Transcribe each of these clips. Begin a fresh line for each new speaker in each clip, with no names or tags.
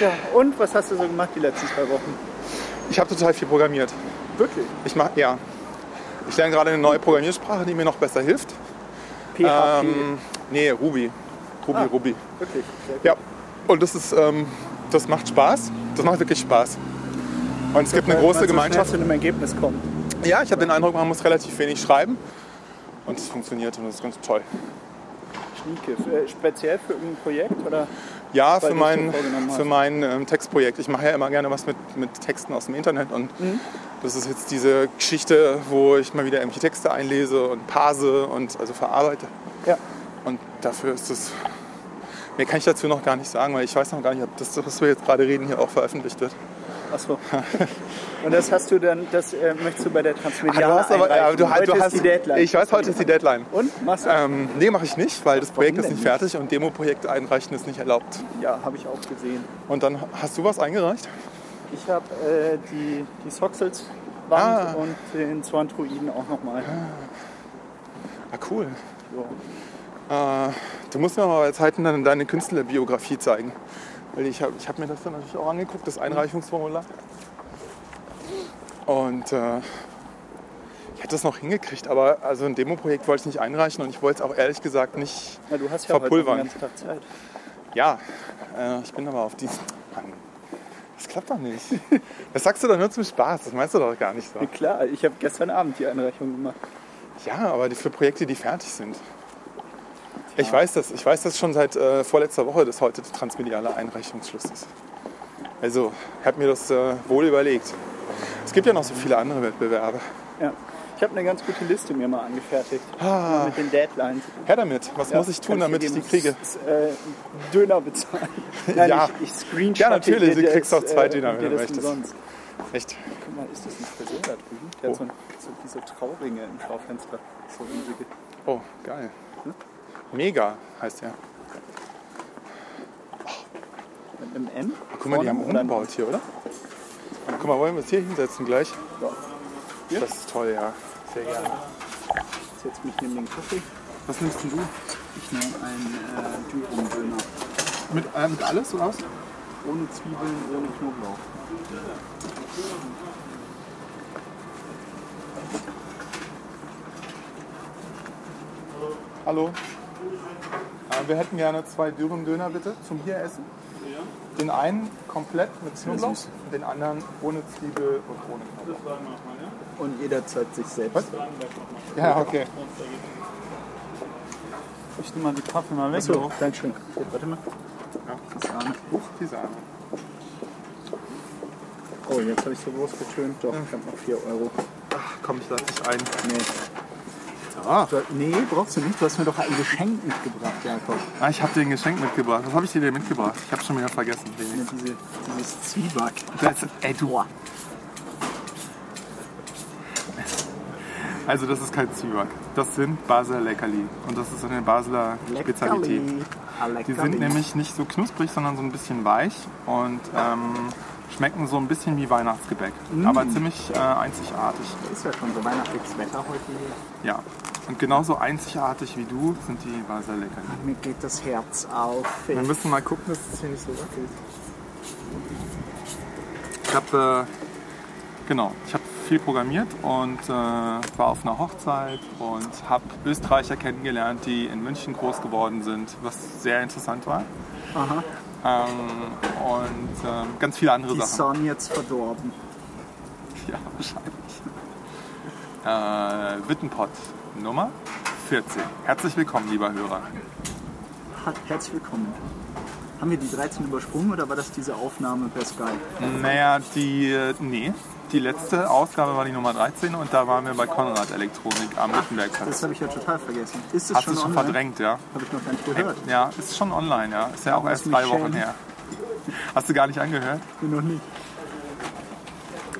Ja, und was hast du so gemacht die letzten zwei Wochen?
Ich habe total viel programmiert.
Wirklich?
Ich mache ja. Ich lerne gerade eine neue Programmiersprache, die mir noch besser hilft.
PHP.
Ähm, nee, Ruby. Ruby,
Ah.
Ruby.
Wirklich? Sehr gut.
Ja. Und das ist, ähm, das macht Spaß. Das macht wirklich Spaß. Und es gibt eine
Weil man
große
so
Gemeinschaft.
Schnell zu einem Ergebnis kommt.
Ja, ich habe den Eindruck, man muss relativ wenig schreiben. Und es funktioniert und das ist ganz toll.
Schnieke. Äh, speziell für irgendein Projekt oder?
Ja, für
du
mein,
es dir vorgenommen hast.
für mein ähm, Textprojekt. Ich mache ja immer gerne was mit, mit Texten aus dem Internet und
Mhm.
das ist jetzt diese Geschichte, wo ich mal wieder irgendwelche Texte einlese und parse und also verarbeite.
Ja.
Und dafür ist es. Mehr kann ich dazu noch gar nicht sagen, weil ich weiß noch gar nicht, ob das, was wir jetzt gerade reden, hier auch veröffentlicht wird.
Achso. Und das hast du dann, das äh, möchtest du bei der Transmedia
ja, Ah, du,
heute
du
ist
hast
die Deadline.
Ich weiß, heute ist die Deadline.
Und? Machst du?
Ähm, nee, mache ich nicht, weil das Projekt ist
denn
nicht fertig und Demo-Projekt einreichen ist nicht erlaubt.
Ja, habe ich auch gesehen.
Und dann hast du was eingereicht?
Ich habe äh, die, die Soxels Wand
Ah.
und den Zwantroiden auch nochmal.
Ah, cool.
So.
Äh, du musst mir mal bei Zeiten dann deine Künstlerbiografie zeigen. Weil ich habe ich hab mir das dann natürlich auch angeguckt, das Einreichungsformular. Und äh, ich hätte das noch hingekriegt, aber also ein Demo-Projekt wollte ich nicht einreichen und ich wollte es auch ehrlich gesagt nicht.
Na, du hast ja heute den
Verpulvern.
ganzen Tag Zeit.
Ja, äh, ich bin aber auf diesen. Mann, das klappt doch nicht. Das sagst du doch nur zum Spaß, das meinst du doch gar nicht so.
Na klar, ich habe gestern Abend die Einreichung gemacht.
Ja, aber die- für Projekte, die fertig sind. Ich weiß das. Ich weiß das schon seit äh, vorletzter Woche, dass heute der transmediale Einreichungsschluss ist. Also, ich habe mir das äh, wohl überlegt. Es gibt ja noch so viele andere Wettbewerbe.
Ja. Ich habe eine ganz gute Liste mir mal angefertigt.
Ah.
Mit den Deadlines.
Her damit. Was
Ja,
muss ich tun,
kann
damit
dir
ich die
geben.
kriege?
S- Äh, Döner bezahlen. Nein,
Ja.
ich, ich screenshotte
Ja, natürlich,
dir
du kriegst
das,
auch zwei
äh,
Döner,
dir
wenn du
das
möchtest.
umsonst.
Echt?
Guck mal, ist das ein Friseur da drüben? Der hat so, ein, so wie so Trauringe im Schaufenster. So riesige.
Oh, geil.
Hm?
Mega heißt er.
Mit einem M.
Guck mal, die
vorne
haben
oder einem-
umgebaut hier, oder? Guck mal, wollen wir uns hier hinsetzen gleich?
Ja. Hier?
Das ist toll, ja. Sehr gerne.
Ich setze mich neben den Kaffee.
Was nimmst denn du?
Ich nehme einen äh, Dürumdöner.
Mit, äh, mit alles oder was?
Ohne Zwiebeln, ohne Knoblauch.
Hallo. Äh, wir hätten gerne zwei Dürren Döner bitte zum hier essen. Den einen komplett mit Knoblauch,
süß.
und den anderen ohne Zwiebel und ohne Knoblauch.
Und jederzeit sich selbst.
Was? Ja, okay.
Ich nehme mal die Kaffee mal weg. Achso, danke schön. Warte mal.
Ja.
Das an.
Huch, diese Arme.
Oh, jetzt habe ich so losgetönt. Doch, ich habe noch 4 Euro.
Ach komm, ich lasse dich ein.
Nee.
Ah.
So, nee, brauchst du nicht. Du hast mir doch ein Geschenk mitgebracht, Jakob.
Ah, ich habe dir ein Geschenk mitgebracht. Was habe ich dir denn mitgebracht? Ich habe schon wieder vergessen.
Ja, diese, dieses Zwieback.
Das, ey, du. Also das ist kein Zwieback. Das sind Basler Leckerli. Und das ist eine Basler Spezialität.
Ah,
Die sind nämlich nicht so knusprig, sondern so ein bisschen weich und ähm, schmecken so ein bisschen wie Weihnachtsgebäck. Aber ziemlich äh, einzigartig.
Ist ja schon so weihnachtliches Wetter heute hier.
Ja. Und genauso einzigartig wie du sind die Basler Leckerli.
Mir geht das Herz auf.
Wir müssen mal gucken, dass es hier nicht so wackelt. Ich habe äh, genau, ich habe viel programmiert und äh, war auf einer Hochzeit und habe Österreicher kennengelernt, die in München groß geworden sind, was sehr interessant war.
Aha,
Ähm, und ähm, ganz viele andere
die
Sachen.
Sonne jetzt verdorben.
Ja, wahrscheinlich. Äh, Wittenpott Nummer 14. Herzlich willkommen, lieber Hörer.
Hat- Herzlich willkommen. Haben wir die 13 übersprungen oder war das diese Aufnahme per Skype?
Naja, die. äh, Nee. Die letzte Ausgabe war die Nummer 13 und da waren wir bei Konrad Elektronik am Wittenbergplatz.
Das habe ich ja total vergessen. Ist es
Hast du
schon
schon
online?
verdrängt, ja?
Habe ich noch gar nicht gehört.
Ja, ist schon online, ja. Ist ja auch erst
mich
drei Wochen
schämen.
her. Hast du gar nicht angehört?
Nee, noch nicht.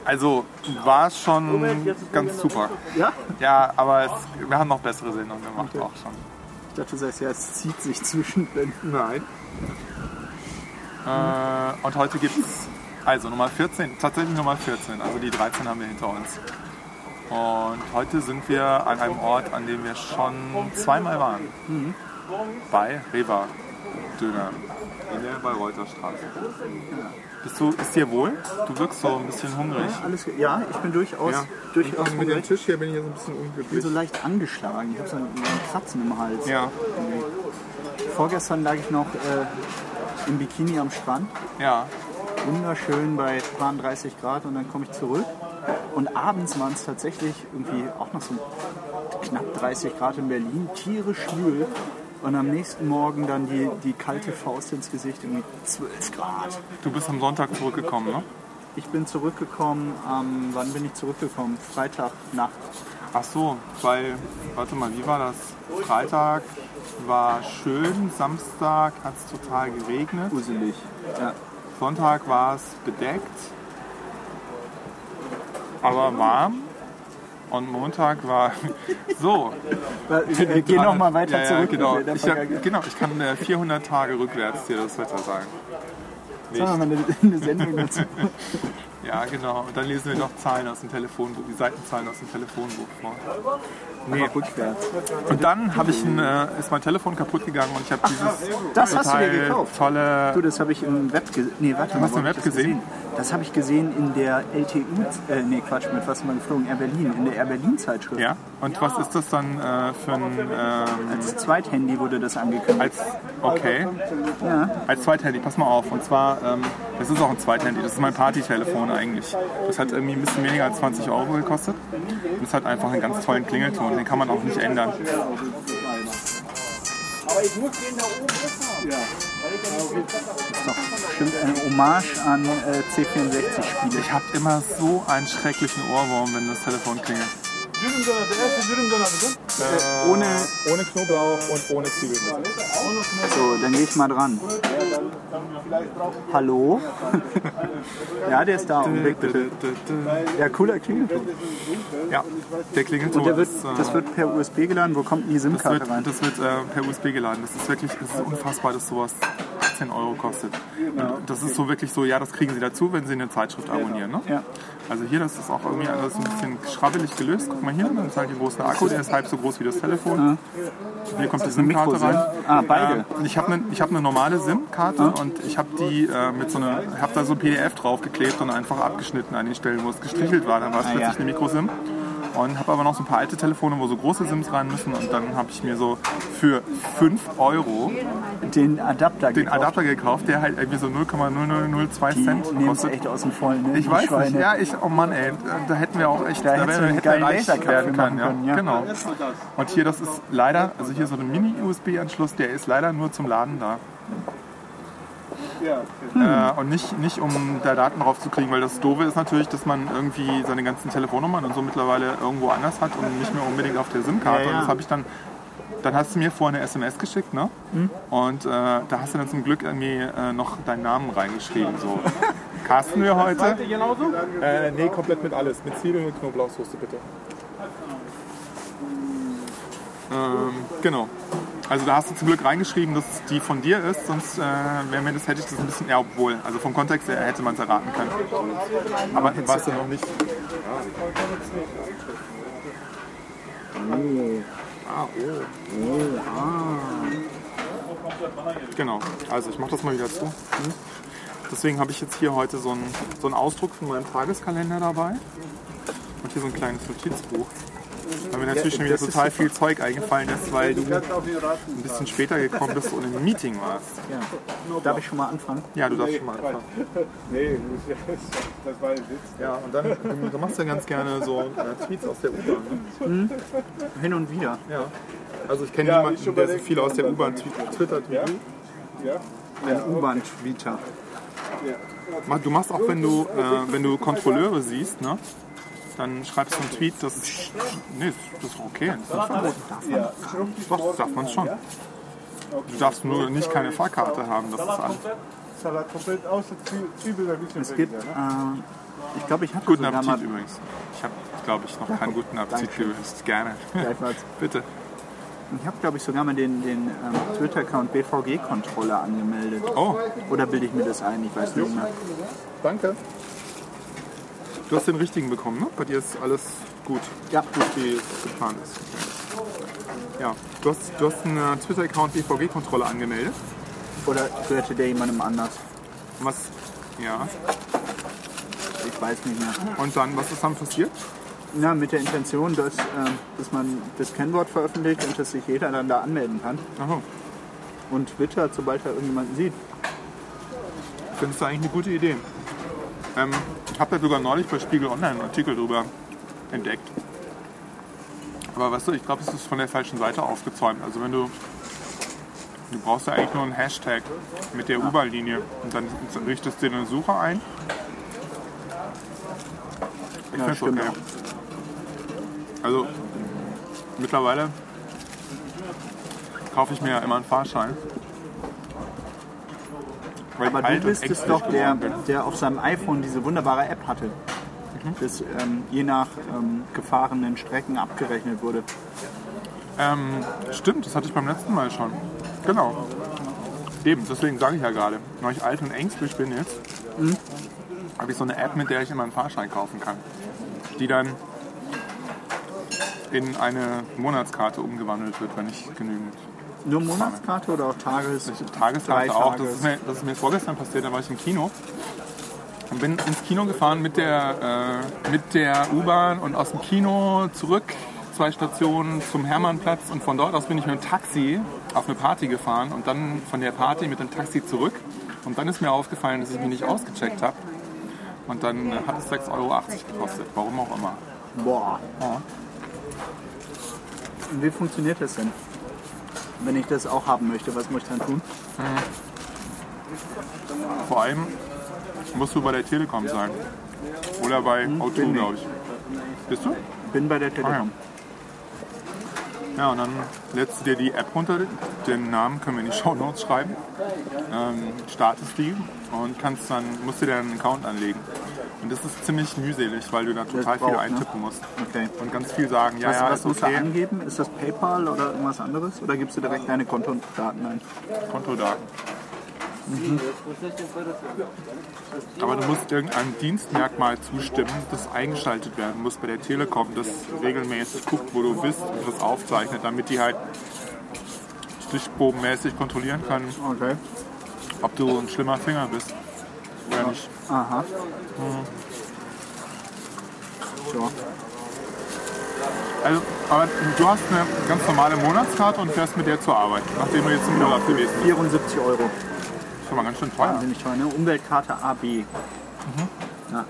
Also war schon ganz super.
Ja?
Ja, aber es, wir haben noch bessere Sendungen gemacht auch schon.
Ich dachte, du sagst ja, es zieht sich zwischendrin.
Nein. Äh, und heute gibt es also Nummer 14, tatsächlich Nummer 14, also die 13 haben wir hinter uns. Und heute sind wir an einem Ort, an dem wir Mhm. schon zweimal waren. Bei Reva Döner. in der Bayreuther Straße. Bist du, ist dir wohl? Du wirkst so ein bisschen hungrig.
Ja, alles, ja ich bin durchaus, durchaus
Und mit dem
hungrig.
Tisch hier bin ich jetzt ein bisschen
Ich bin so
unglücklich.
leicht angeschlagen. Ich habe so einen Kratzen im Hals.
Ja,
Vorgestern lag ich noch äh, im Bikini am Strand.
ja.
Wunderschön bei 32 Grad und dann komme ich zurück. Und abends waren es tatsächlich irgendwie auch noch so knapp 30 Grad in Berlin, tierisch schwül. Und am nächsten Morgen dann die, die kalte Faust ins Gesicht, irgendwie 12 Grad.
Du bist am Sonntag zurückgekommen, ne?
Ich bin zurückgekommen am, wann bin ich zurückgekommen? Freitagnacht.
Ach so, weil, warte mal, wie war das? Freitag war schön, Samstag hat es total geregnet,
Uselig. Ja.
Sonntag war es bedeckt, aber warm. Und Montag war so.
Äh, geh nochmal weiter
ja, ja,
zurück.
Genau.
Der
Ich,
Vergangenheit.
hab, genau, ich kann äh, 400 Tage rückwärts dir das Wetter sagen.
Sollen wir mal eine, eine Sendung dazu
Ja, genau. Und dann lesen wir noch Zahlen aus dem Telefonbuch, die Seitenzahlen aus dem Telefonbuch vor. Nee.
rückwärts.
Und dann habe ich ein, äh, ist mein Telefon kaputt gegangen und ich habe dieses
Das hast du dir
total
gekauft.
tolle
Du, das habe ich im Web gesehen. Nee, warte mal.
Hast du im
wo hab
Web
ich das
gesehen?
Das habe ich gesehen in der LTU, äh, nee, Quatsch, mit was ist man geflogen? Air Berlin, in der Air Berlin Zeitschrift.
Ja, und was ist das dann äh, für ein. ähm,
Als Zweithandy wurde das angekündigt.
als. Okay. Als Zweithandy, pass mal auf. Und zwar, ähm, das ist auch ein Zweithandy, das ist mein Partytelefon eigentlich. Das hat irgendwie ein bisschen weniger als 20 Euro gekostet. Und es hat einfach einen ganz tollen Klingelton, den kann man auch nicht ändern.
Bestimmt eine Hommage an äh, C64-Spiele.
Ich habe immer so einen schrecklichen Ohrwurm, wenn das Telefon klingelt.
Ohne.
Ohne Knoblauch und ohne Zwiebeln.
So, dann gehe ich mal dran. Hallo? ja, der ist da. Augenblick bitte. Ja, cooler Klingelton.
Ja, der Klingelton
Und der wird,
ist. äh,
das wird per USB geladen. Wo kommt denn die
Das
SIM-Karte rein?
wird, das wird äh, per USB geladen. Das ist wirklich das ist unfassbar, dass sowas 10 Euro kostet. Und das ist so wirklich so, ja, das kriegen Sie dazu, wenn Sie eine Zeitschrift abonnieren. Ne?
Ja.
Also hier, das ist auch irgendwie alles ein bisschen schrabbelig gelöst. Guck mal hier, dann ist halt ein großer Akku, der ist halb so groß wie das Telefon. Hier kommt die SIM-Karte
Mikrosim.
rein.
Ah, beide. Ah.
Ähm, ich habe eine hab ne normale SIM-Karte und ich habe die äh, mit so einer, habe da so ein PDF draufgeklebt und einfach abgeschnitten an den Stellen, wo es gestrichelt war. Dann war es
Ah,
plötzlich
ja.
eine Mikro-SIM. Und habe aber noch so ein paar alte Telefone, wo so große SIMs rein müssen. Und dann habe ich mir so für 5 Euro
Den Adapter
den Adapter gekauft, der halt irgendwie so 0,0002 Cent
Nehmen es
kostet.
echt aus dem Vollen. Ne?
Ich
Die
weiß
Schweine.
nicht, ja, ich, oh Mann, ey, da hätten wir auch echt,
Da hättest du einen geilen Laserkampf machen
ja.
können, ja.
Genau. Und hier, das ist leider, also hier so ein Mini-USB-Anschluss, der ist leider nur zum Laden da. Äh, und nicht, nicht um da Daten draufzukriegen, weil das Doofe ist natürlich, dass man irgendwie seine ganzen Telefonnummern und so mittlerweile irgendwo anders hat und nicht mehr unbedingt auf der
Ja,
SIM-Karte.
ja.
Und das habe ich dann, dann hast du mir vorher eine SMS geschickt, ne?
Hm.
Und äh, da hast du dann zum Glück irgendwie äh, noch deinen Namen reingeschrieben. So. Carsten wir heute.
Äh, nee, komplett mit alles. Mit Zwiebeln und Knoblauchsoße, bitte.
Ähm, genau. Also da hast du zum Glück reingeschrieben, dass es die von dir ist, sonst äh, wäre mir das, hätte ich das ein bisschen, ja obwohl, also vom Kontext her hätte man es erraten können. Aber war es ja noch nicht. Genau, also ich mache das mal wieder zu. Hm? Deswegen habe ich jetzt hier heute so einen, so einen Ausdruck von meinem Tageskalender dabei und hier so ein kleines Notizbuch. Weil mir natürlich schon wieder total viel Zeug eingefallen ist, weil du ein bisschen später gekommen bist und im Meeting warst.
Ja. Darf ich schon mal anfangen?
Ja, du darfst schon mal anfangen.
Nee, das war ein Witz.
Ja, und dann ähm, du machst ja ganz gerne so äh, Tweets aus der U-Bahn. Ne?
Hin und wieder.
Ja. Also ich kenne
Ja,
jemanden,
ich schon
der so
überlegt.
viel aus der U-Bahn tweet- twittert wie
Ja?
du.
Ja?
Ein U-Bahn-Tweeter.
Ma- Du machst auch, wenn du, äh, wenn du Kontrolleure siehst, ne? dann schreibst du einen Tweet, das, nee, das ist okay. Das ist nicht verboten.
Ja.
Doch, das darf man schon. Du darfst nur nicht keine Fahrkarte haben, das ist alles.
Salat komplett außer Zwie- Zwiebeln ein bisschen ne?
Es gibt, äh, ich glaube, ich habe
Guten
sogar
Appetit
Also, mal
übrigens. Ich habe, glaube ich, noch keinen guten Appetit gewünscht. Gerne.
Gleichfalls.
Bitte.
ich habe, glaube ich, sogar mal den, den ähm, Twitter-Account BVG-Controller angemeldet.
Oh,
Oder bilde ich mir das ein? Ich weiß nicht mehr.
Danke.
du hast den richtigen bekommen, ne? Bei dir ist alles gut,
Ja, gut.
wie es geplant ist. Ja, du hast, du hast einen äh, Twitter-Account BVG-Kontrolle angemeldet.
Oder gehörte der jemandem anders?
Was, ja.
Ich weiß nicht mehr.
Und dann, was ist dann passiert?
Na, mit der Intention, dass, ähm, dass man das Kennwort veröffentlicht und dass sich jeder dann da anmelden kann
Aha.
und twittert, sobald er irgendjemanden sieht.
Findest du eigentlich eine gute Idee? Ähm, ich habe da sogar neulich bei Spiegel Online einen Artikel drüber entdeckt. Aber weißt du, ich glaube, es ist von der falschen Seite aufgezäumt. Also wenn du. Du brauchst ja eigentlich nur einen Hashtag mit der U-Bahn-Linie. Und dann richtest du dir eine Suche ein. Ich
Ja,
find's
stimmt
okay. Also mittlerweile kaufe ich mir ja immer einen Fahrschein. Weil ich
Aber
alt
du
Halt und
bist es
ängstlich
doch der,
geworden bin.
der auf seinem iPhone diese wunderbare App hatte,
Mhm.
das ähm, je nach ähm, gefahrenen Strecken abgerechnet wurde.
Ähm, stimmt, das hatte ich beim letzten Mal schon. Genau. Eben, deswegen sage ich ja gerade, weil ich alt und ängstlich bin jetzt,
Mhm.
habe ich so eine App, mit der ich immer einen Fahrschein kaufen kann, die dann in eine Monatskarte umgewandelt wird, wenn ich genügend.
Nur Monatskarte oder auch Tages?
Tageskarte
Drei
auch.
Tage.
Das ist, mir, das ist mir vorgestern passiert, da war ich im Kino und bin ins Kino gefahren mit der, äh, mit der U-Bahn und aus dem Kino zurück zwei Stationen zum Hermannplatz und von dort aus bin ich mit dem Taxi auf eine Party gefahren und dann von der Party mit dem Taxi zurück und dann ist mir aufgefallen, dass ich mich nicht ausgecheckt habe und dann äh, hat es 6,80 Euro gekostet, warum auch immer.
Boah.
Ja.
Und wie funktioniert das denn? Wenn ich das auch haben möchte, was muss ich dann tun?
Vor allem musst du bei der Telekom sein oder bei O2,
Hm, bin ich.
glaube ich. Bist du?
Bin bei der
Ah,
Telekom.
ja. ja, und dann lädst du dir die App runter. Den Namen können wir in die Show Notes schreiben. Ähm, startest die und kannst dann, musst dir deinen Account anlegen. Und das ist ziemlich mühselig, weil du da total viel
braucht, ne?
eintippen musst.
Okay.
Und ganz viel sagen, ja,
Was,
ja,
Also was
ist
musst du
okay,
angeben? Ist das PayPal oder irgendwas anderes? Oder gibst du direkt deine Kontodaten ein?
Kontodaten.
Mhm.
Aber du musst irgendeinem Dienstmerkmal zustimmen, das eingeschaltet werden muss bei der Telekom, das regelmäßig guckt, wo du bist und das aufzeichnet, damit die halt stichprobenmäßig kontrollieren können,
Okay.
ob du ein schlimmer Finger bist oder nicht.
Aha. So.
Also, aber du hast eine ganz normale Monatskarte und fährst mit der zur Arbeit, nachdem du jetzt im Urlaub gewesen bist.
74 Euro.
Das ist schon mal ganz schön teuer.
Wahnsinnig teuer, ne? Umweltkarte AB.
Ja,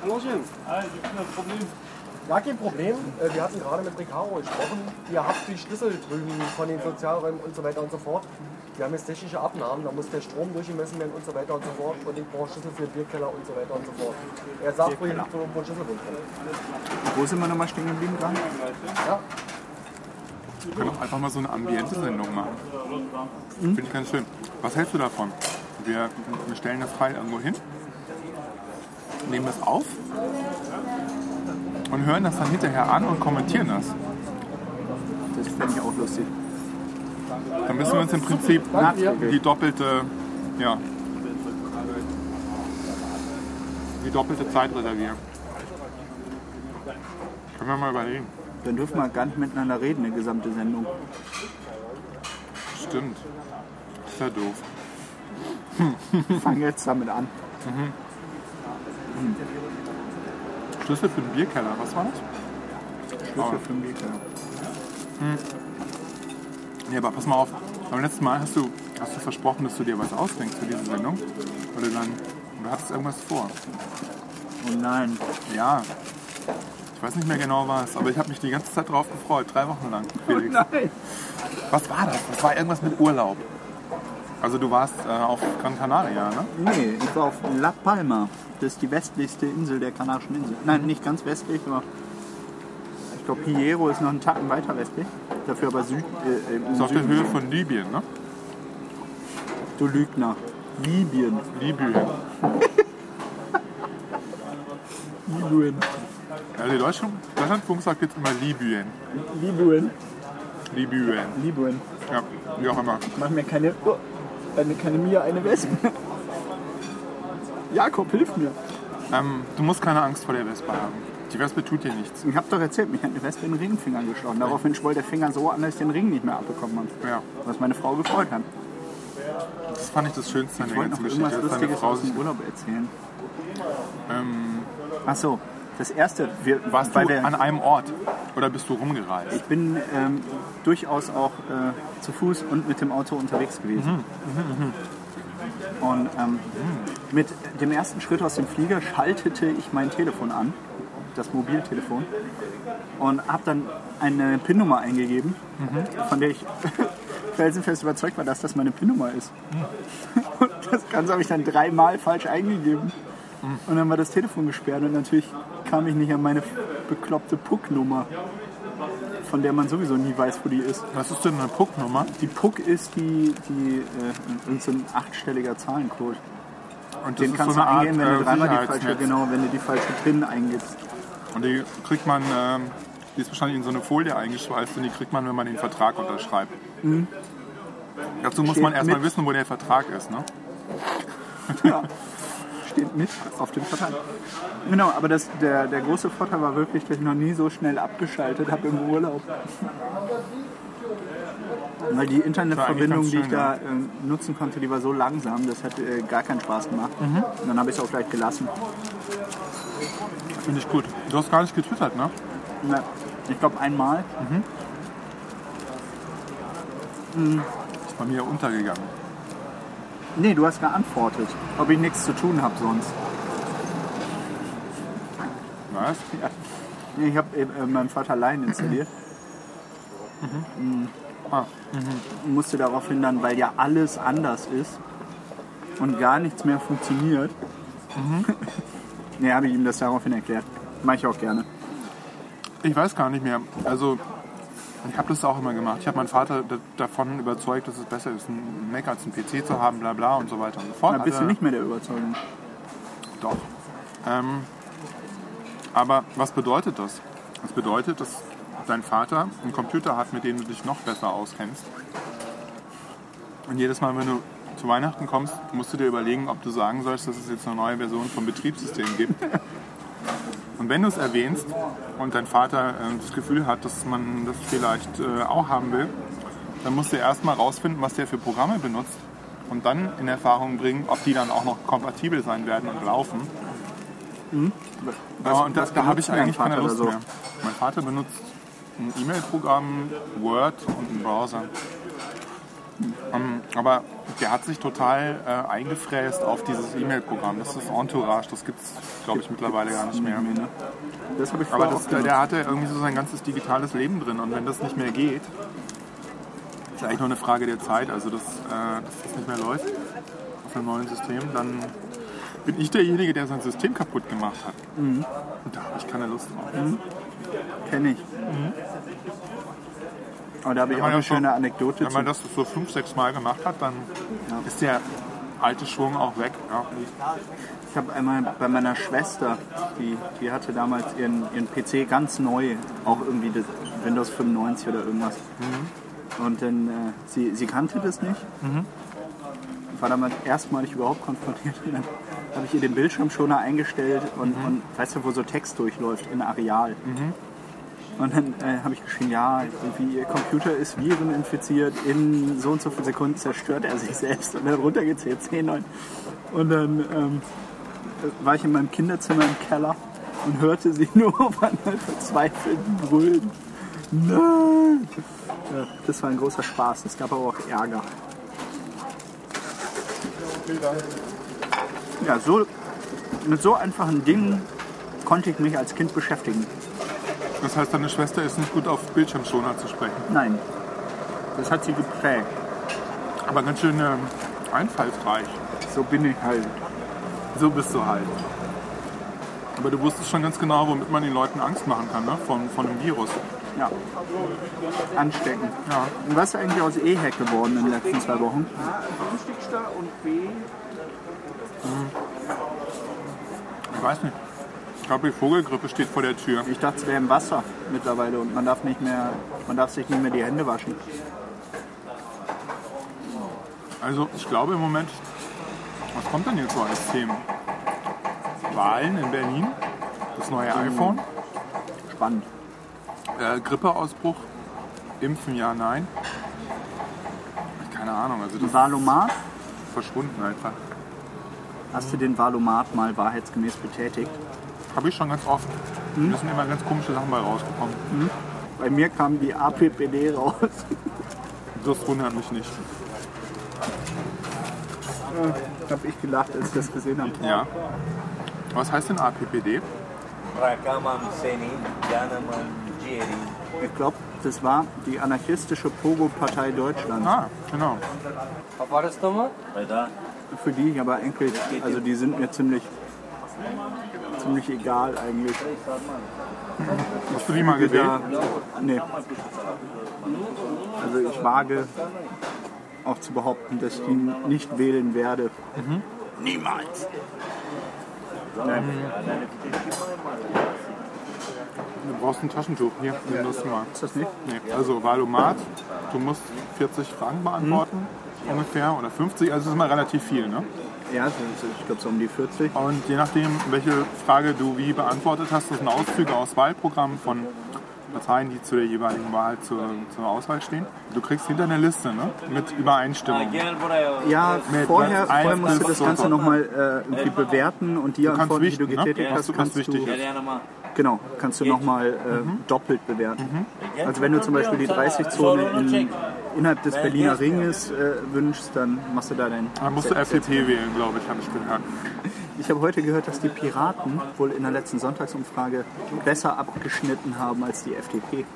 kein Problem. Äh, Wir hatten gerade mit Recaro gesprochen. Ihr habt die Schlüssel drüben von den Sozialräumen und so weiter und so fort. Wir haben jetzt technische Abnahmen, da muss der Strom durchgemessen werden und so weiter und so fort. Und ich brauche Schlüssel für den Bierkeller und so weiter und so fort. Er sagt, wo ihr liegt, wo wo ein Schlüsselbund ist.
Wo sind wir nochmal stehen geblieben dran?
Wir können auch einfach mal so eine Ambiente-Sendung machen. Finde ich ganz schön. Was hältst du davon? Wir, wir stellen das Teil irgendwo hin, nehmen es auf und hören das dann hinterher an und kommentieren das.
Das finde ich auch lustig.
Dann müssen wir uns im Prinzip die doppelte, ja, die doppelte Zeit reservieren. Können wir mal überlegen.
Dann dürfen wir gar nicht miteinander reden, eine gesamte Sendung.
Stimmt. Ist ja doof.
Wir fangen jetzt damit an.
Schlüssel für den Bierkeller, was war das?
Schlüssel für den Bierkeller.
Ja, aber pass mal auf. Beim letzten Mal hast du, hast du versprochen, dass du dir was ausdenkst für diese Sendung. Oder dann, du hattest irgendwas vor.
Oh nein.
Ja. Ich weiß nicht mehr genau was, aber ich habe mich die ganze Zeit drauf gefreut. Drei Wochen lang. Felix.
Nein!
Was war das? Das war irgendwas mit Urlaub. Also du warst äh, auf Gran Canaria, ne?
Nee, ich war auf La Palma. Das ist die westlichste Insel der Kanarischen Inseln. Nein, nicht ganz westlich, aber ich glaube, Hierro ist noch einen Tacken weiter westlich. Dafür aber Süd, äh, im
Das ist auf der
Süden.
Höhe von Libyen, ne?
Du Lügner. Libyen.
Libyen.
Libyen.
Ja, die Deutsche, Deutschlandfunk sagt jetzt immer Libyen.
Libyen.
Libyen.
Libyen.
Ja, wie auch immer.
Mach mir keine, oh, eine, keine Mia, eine Wespe. Jakob, hilf mir.
Ähm, du musst keine Angst vor der Wespe haben. Die Wespe tut dir nichts.
Ich hab doch erzählt, mich hat eine Wespe in den Ringfinger geschlagen. Daraufhin schwoll der Finger so an, dass ich den Ring nicht mehr abbekommen habe.
Ja.
Was meine Frau gefreut hat.
Das fand ich das Schönste an
Ich
der
wollte noch
ganzen Geschichte,
irgendwas
dass seine
Lustiges
Frau
aus
sich
dem Urlaub erzählen. Ach so, das erste, wir,
Warst
weil
du
wir,
an einem Ort oder bist du rumgereist?
ich bin ähm, durchaus auch äh, zu Fuß und mit dem Auto unterwegs gewesen. Und ähm, mit dem ersten Schritt aus dem Flieger schaltete ich mein Telefon an, das Mobiltelefon, und habe dann eine PIN-Nummer eingegeben, von der ich felsenfest überzeugt war, dass das meine PIN-Nummer ist. Und das Ganze habe ich dann dreimal falsch eingegeben. Und dann war das Telefon gesperrt und natürlich kam ich nicht an meine bekloppte Puck-Nummer, von der man sowieso nie weiß, wo die ist.
Was ist denn eine Pucknummer?
Die Puck ist die, die äh, irgend so ein achtstelliger Zahlencode.
Und das
Den
ist
kannst
so
du
eine
eingeben,
Art,
wenn
äh,
du dreimal die
Sicherheitsnetz.
falsche, genau, wenn du die falsche PIN eingibst.
Und die kriegt man, ähm, die ist wahrscheinlich in so eine Folie eingeschweißt und die kriegt man, wenn man den Vertrag unterschreibt. Dazu muss
Mhm. Steht
man erstmal
mit-
wissen, wo der Vertrag ist, ne?
Ja. Steht mit auf dem Vertrag. Genau, aber das, der, der große Vorteil war wirklich, dass ich noch nie so schnell abgeschaltet habe im Urlaub. Weil die Internetverbindung,
ganz
die ich
schön,
da ähm, nutzen konnte, die war so langsam, das hat äh, gar keinen Spaß gemacht.
Mhm.
Und dann habe ich es auch gleich gelassen.
Finde ich gut. Du hast gar nicht getwittert, ne?
Na, ich glaube einmal.
Ist bei mir untergegangen.
Nee, du hast geantwortet, ob ich nichts zu tun habe sonst.
Was?
Nee, ich habe äh, meinen Vater Line installiert.
Ah,
Und musste darauf hin dann, weil ja alles anders ist und gar nichts mehr funktioniert.
Mhm.
nee, habe ich ihm das daraufhin erklärt. Mache ich auch gerne.
Ich weiß gar nicht mehr. Also, ich habe das auch immer gemacht. Ich habe meinen Vater da- davon überzeugt, dass es besser ist, einen Mac als einen PC zu haben, bla bla und so weiter und so fort.
Da bist
Hat
du
er-
nicht mehr der Überzeugung.
Doch. Ähm, aber was bedeutet das? Das bedeutet, dass dein Vater einen Computer hat, mit dem du dich noch besser auskennst. Und jedes Mal, wenn du zu Weihnachten kommst, musst du dir überlegen, ob du sagen sollst, dass es jetzt eine neue Version vom Betriebssystem gibt. Und wenn du es erwähnst und dein Vater äh, das Gefühl hat, dass man das vielleicht äh, auch haben will, dann musst du erstmal rausfinden, was der für Programme benutzt und dann in Erfahrung bringen, ob die dann auch noch kompatibel sein werden und laufen. Ja, und das,
Mhm. was
da habe ich
benutzt dein
eigentlich keine
Vater
Lust
da so?
mehr. Mein Vater benutzt ein E-Mail-Programm, Word und einen Browser. Ähm, aber der hat sich total äh, eingefräst auf dieses E-Mail-Programm. Das ist Entourage, das gibt es, glaube ich, mittlerweile gar nicht mehr.
Das habe ich
Aber
vorher
das,
auch
der,
gemacht.
der hatte irgendwie so sein ganzes digitales Leben drin und wenn das nicht mehr geht, ist eigentlich nur eine Frage der Zeit, also dass, äh, dass das nicht mehr läuft auf einem neuen System, dann bin ich derjenige, der sein System kaputt gemacht hat. Und da habe ich keine Lust drauf.
kenne ich. Aber da habe ich auch
Mhm. Wenn man
eine
das so-
schöne Anekdote
Wenn
zu.
man das so fünf, sechs Mal gemacht hat, dann ist der alte Schwung auch weg. Ja.
Ich habe einmal bei meiner Schwester, die, die hatte damals ihren, ihren PC ganz neu, auch irgendwie das Windows 95 oder irgendwas. Und dann, äh, sie, sie kannte das nicht, war damit erstmalig überhaupt konfrontiert. Und dann habe ich ihr den Bildschirmschoner eingestellt und, und weißt du, wo so Text durchläuft, in Areal. Und dann äh, habe ich geschrieben, ja, irgendwie ihr Computer ist vireninfiziert, in so und so vielen Sekunden zerstört er sich selbst. Und dann runtergezählt, 10, 9. Und dann ähm, war ich in meinem Kinderzimmer im Keller und hörte sie nur auf einmal verzweifelt brüllen. Nein! Ja, das war ein großer Spaß. Es gab aber auch Ärger. Ja, so, mit so einfachen Dingen konnte ich mich als Kind beschäftigen.
Das heißt, deine Schwester ist nicht gut auf Bildschirmschoner zu sprechen.
Nein. Das hat sie geprägt.
Aber ganz schön ähm, einfallsreich.
So bin ich halt.
So bist du halt. Aber du wusstest schon ganz genau, womit man den Leuten Angst machen kann, ne? Von, von einem Virus.
Ja. Ansteckend.
Ja.
Und was ist eigentlich aus E-Hack geworden in den letzten zwei Wochen?
Ich weiß nicht. Ich glaube, die Vogelgrippe steht vor der Tür.
Ich dachte, es wäre im Wasser mittlerweile und man darf nicht mehr, man darf sich nicht mehr die Hände waschen.
Also ich glaube im Moment, was kommt denn jetzt so als Thema? Wahlen in Berlin, das neue iPhone,
Spannend.
äh, Grippeausbruch, Impfen ja, nein. Keine Ahnung. Also das
Valomat,
verschwunden einfach.
Hast du den Valomat mal wahrheitsgemäß betätigt?
Habe ich schon ganz oft. Da sind immer ganz komische Sachen bei rausgekommen.
Bei mir kam die APPD raus.
Das wundert mich nicht.
Da habe ich gelacht, als ich das gesehen habe.
Ja. Was heißt denn APPD?
Pra cá, Mamseni, Janaman, Jeri.
Ich glaube, das war die anarchistische Pogo-Partei Deutschlands.
Ah, genau.
Was war das nochmal?
Vai dar?
Für die ich aber Enkel, also die sind mir ziemlich, ziemlich egal eigentlich.
Hast du die mal
Ja,
gewählt?
nee. Also ich wage auch zu behaupten, dass ich ihn nicht wählen werde. Niemals.
Du brauchst ein Taschentuch. Hier, nimm das mal.
Ist das nicht?
Nee. Also Valomat, du musst 40 Fragen beantworten. Ungefähr oder 50, also das ist mal relativ viel. Ne?
Ja, so- so- ich glaube so um die 40.
Und je nachdem, welche Frage du wie beantwortet hast, das sind Auszüge aus Wahlprogrammen von Parteien, die zu der jeweiligen Wahl zur, zur Auswahl stehen. Du kriegst hinter eine Liste ne? mit Übereinstimmung.
Again, Buraio.
Ja,
Mit
vorher,
Platz eins
vorher musst du
bis
das
so
Ganze
fort.
nochmal äh, irgendwie bewerten und die Antworten, die du
wichten, ne?
getätigt
Was
hast,
du- was
kannst
wichtig
du,
ist.
Arianama.
genau, kannst du nochmal äh,
Mhm.
doppelt bewerten. Also wenn du zum Beispiel die 30-Zone in, innerhalb des Berliner Ringes äh, wünschst, dann machst du da den...
Dann musst du FDP wählen, glaube ich, habe ich gehört.
Ich habe heute gehört, dass die Piraten wohl in der letzten Sonntagsumfrage besser abgeschnitten haben als die FDP.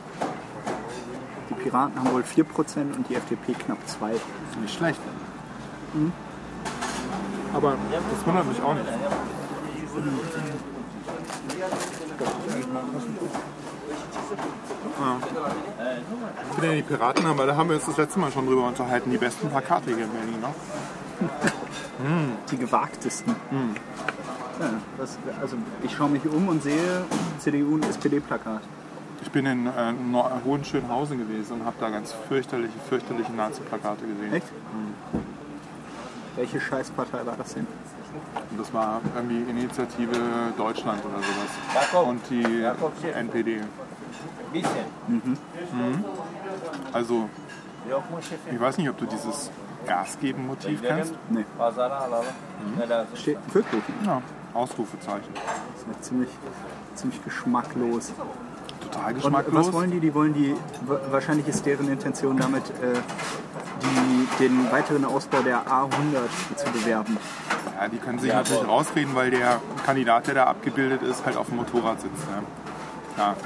Die Piraten haben wohl 4% und die FDP knapp 2%.
Ist nicht schlecht. Hm? Aber das wundert mich auch nicht. Ja. Ich bin ja die Piraten, aber da haben wir uns das letzte Mal schon drüber unterhalten. Die besten Plakate hier in Berlin. Ne?
Die gewagtesten.
Hm.
Ja, das, also ich schaue mich um und sehe CDU und SPD-Plakat.
Ich bin in äh, Nor- Hohenschönhausen gewesen und habe da ganz fürchterliche, fürchterliche Nazi-Plakate gesehen.
Echt? Welche Scheißpartei war das denn?
Und das war irgendwie Initiative Deutschland oder sowas. Und die NPD.
Vicen.
Also,
Eu com o chefe.
ich weiß nicht, ob du dieses Gasgeben-Motiv kennst.
Nee. Mhm.
Bazar alala. Galera,
Steht wirklich.
Ja, Ausrufezeichen.
Das ist ja ziemlich, ziemlich geschmacklos.
Total
Und
geschmacklos.
was wollen die? Die wollen die, wa- wahrscheinlich ist deren Intention damit, äh, die, den weiteren Ausbau der A100 zu bewerben.
Ja, die können sich natürlich rausreden, weil der Kandidat, der da abgebildet ist, halt auf dem Motorrad sitzt. Ne? Ja, ne?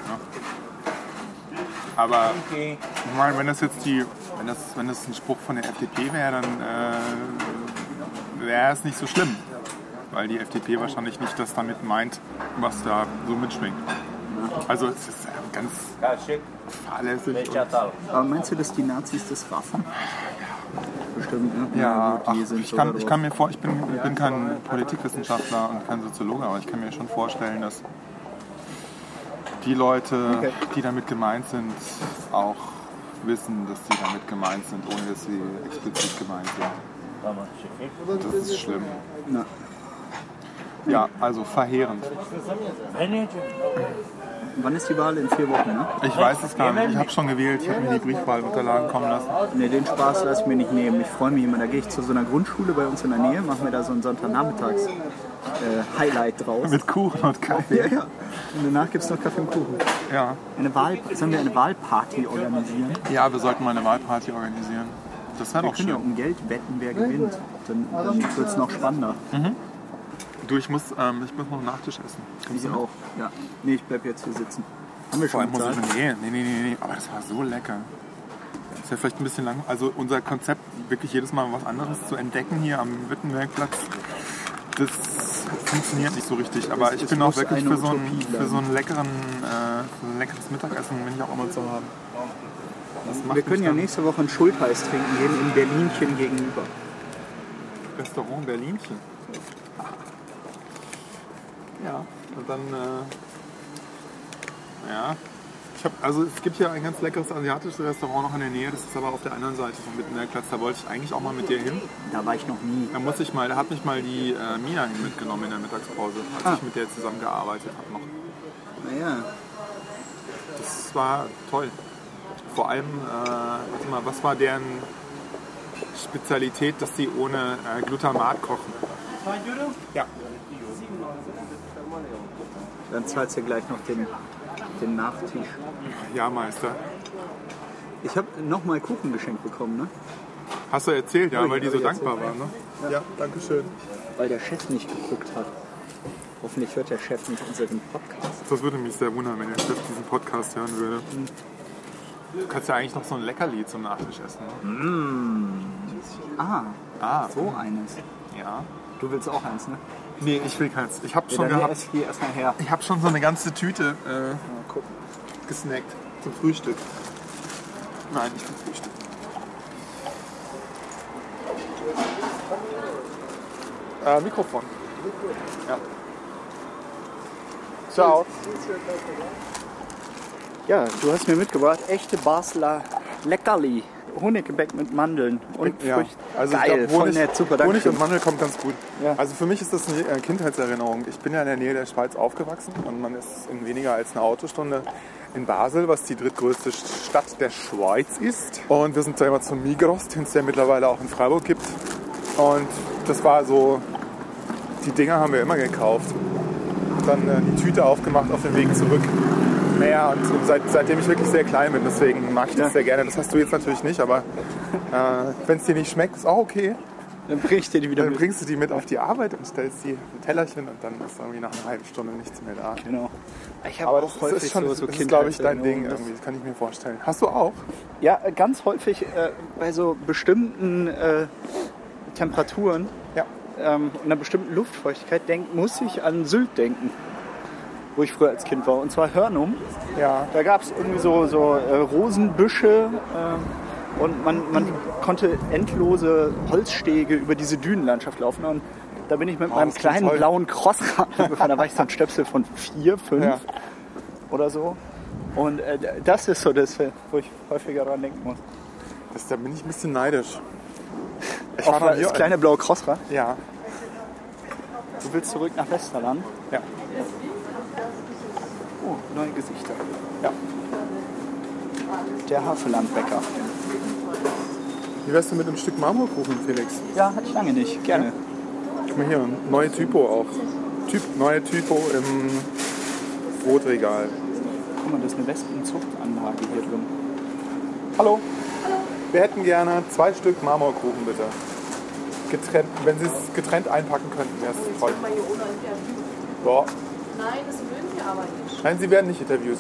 Aber
ok.
ich meine, wenn das jetzt die, wenn das, wenn das ein Spruch von der FDP wäre, dann äh, wäre es nicht so schlimm. Weil die FDP wahrscheinlich nicht das damit meint, was da so mitschwingt. Also es ist äh, ganz
Cachê,
fahrlässig.
peixe
Und,
atalo.
Aber meinst du, dass die Nazis das waffen? Bestimmt, ne?
ja,
gut,
ach,
die sind
ich,
so
kann, ich
darauf.
kann mir vor, ich bin, ich bin kein Politikwissenschaftler und kein Soziologe, aber ich kann mir schon vorstellen, dass die Leute,
Okay.
die damit gemeint sind, auch wissen, dass die damit gemeint sind, ohne dass sie explizit gemeint sind.
Toma, chefe.
Das ist schlimm.
Na.
Ja, also verheerend.
ne
Wann ist die Wahl? In vier Wochen, ne?
Ich weiß es gar nicht. Ich habe schon gewählt. Ich habe mir die Briefwahlunterlagen kommen lassen.
Ne, den Spaß lasse ich mir nicht nehmen. Ich freue mich immer. Da gehe ich zu so einer Grundschule bei uns in der Nähe, mache mir da so ein Sonntagnachmittags-Highlight draus.
Mit Kuchen und
Ja,
Kaffee.
ja. Und danach gibt es noch Kaffee und Kuchen.
Ja.
Eine Wahl, sollen wir eine Wahlparty organisieren?
ja, wir sollten mal eine Wahlparty organisieren. Das wäre
Wir
doch
können ja
schön.
um Geld wetten, wer gewinnt. Dann, dann wird es noch spannender.
Du, ich muss, ähm, ich muss noch einen Nachtisch essen. Kommst
Ich
du mit?
auch. Ja. Nee, ich bleib jetzt hier sitzen. Haben wir
Vor
schon
allem muss ich
bezahlt?
nee, nee, nee, nee, nee, aber das war so lecker. Ist ja vielleicht ein bisschen lang. Also unser Konzept, wirklich jedes Mal was anderes zu entdecken hier am Wittenbergplatz, das funktioniert nicht so richtig. Aber
Es-
ich
es
bin auch
muss
wirklich
eine
für so, einen,
Utopie
für so
bleiben.
einen leckeren, äh, für so ein leckeres Mittagessen bin ich auch immer zu haben. Das macht
Wir können
mich
ja
dann-
nächste Woche einen Schultheiß trinken gehen in Berlinchen gegenüber.
Restaurant Berlinchen. Ja, und dann, äh, ja. Ich hab, also es gibt ja ein ganz leckeres asiatisches Restaurant noch in der Nähe, das ist aber auf der anderen Seite von Mittenbergplatz. Da wollte ich eigentlich auch mal mit dir hin.
Da war ich noch nie.
Da muss ich mal, da hat mich mal die äh, Mina hin mitgenommen in der Mittagspause, als ich mit der zusammengearbeitet habe noch.
Naja,
Das war toll. Vor allem, äh, warte mal, was war deren Spezialität, dass sie ohne äh, Glutamat kochen. Ja.
Dann zahlst du gleich noch den, den Nachtisch.
Ja, Meister.
Ich habe nochmal Kuchen geschenkt bekommen, ne?
Hast du erzählt, ja,
ich
weil die
hab
so
ich
dankbar waren. Ne?
Ja, danke schön.
Weil der Chef nicht geguckt hat. Hoffentlich hört der Chef nicht unseren Podcast.
Das würde mich sehr wundern, wenn der Chef diesen Podcast hören würde. Du Hm. kannst ja eigentlich noch so ein Leckerli zum Nachtisch essen. Ne?
Ah,
Ah,
so eines.
ja.
Du willst auch eins, ne?
Nee, ich will keins. Ich habe
Ja,
schon
dann
gehabt.
erst hier erstmal her.
Ich habe schon so eine ganze Tüte
Mal gucken.
äh, gesnackt zum Frühstück. Nein, nicht zum Frühstück.
Äh, Mikrofon. Ja. Ciao.
Ja, du hast mir mitgebracht echte Basler Leckerli. Honiggebäck mit Mandeln und
Ja,
Früchten.
also
Geil,
ich glaub,
voll
Honig,
nett, super, danke
Honig
schön.
und Mandel kommt ganz gut.
Ja.
Also für mich ist das eine äh, Kindheitserinnerung. Ich bin ja in der Nähe der Schweiz aufgewachsen und man ist in weniger als einer Autostunde in Basel, was die drittgrößte Stadt der Schweiz ist. Und wir sind da immer zum Migros, den es ja mittlerweile auch in Freiburg gibt. Und das war so, die Dinger haben wir immer gekauft. Dann äh, die Tüte aufgemacht auf dem Weg zurück. Naja, und seit, seitdem ich wirklich sehr klein bin, deswegen mag ich das sehr gerne. Das hast du jetzt natürlich nicht, aber äh, wenn es dir nicht schmeckt, ist auch okay.
Dann bring ich dir die wieder
Dann
mit.
bringst du die mit auf die Arbeit und stellst die auf ein Tellerchen und dann ist irgendwie nach einer halben Stunde nichts mehr da.
Genau. Ich habe auch
Aber das, das
häufig
ist schon,
so,
das
so
ist, glaube ich, dein
Kindheitserinnerungen,
Ding
ne? dass-
irgendwie, das kann ich mir vorstellen. Hast du auch?
Ja, äh, ganz häufig äh, bei so bestimmten äh, Temperaturen
Ja.
ähm, und einer bestimmten Luftfeuchtigkeit denk, muss ich an Sylt denken, wo ich früher als Kind war. Und zwar Hörnum.
Ja.
Da gab es irgendwie so, so äh, Rosenbüsche ähm, und man, man konnte endlose Holzstege über diese Dünenlandschaft laufen. Und da bin ich mit meinem
Oh, das klingt
kleinen
toll.
blauen Crossrad gefahren. Da war ich so ein Stöpsel von vier, fünf
Ja.
oder so. Und äh, das ist so das, äh, wo ich häufiger dran denken muss.
Das, da bin ich ein bisschen neidisch. Ich
Auch
war noch
mal
nie,
das kleine blaue Crossrad.
ja,
Du willst zurück nach Westerland?
Ja.
Oh, neue Gesichter.
Ja.
Der Hafelandbäcker.
Wie wärst du mit einem Stück Marmorkuchen, Felix?
Ja, hatte ich lange nicht. Gerne.
Guck mal hier, neue Typo auch. Typ, neue Typo im Brotregal.
Guck mal, das ist eine Wespenzuchtanlage hier drin.
Hallo. Wir hätten gerne zwei Stück Marmorkuchen, bitte. Getrennt, wenn Sie es getrennt einpacken könnten, wäre es toll.
mal hier ohne interviewen.
Ja.
Nein, das mögen wir aber nicht.
Nein, Sie werden nicht interviewt.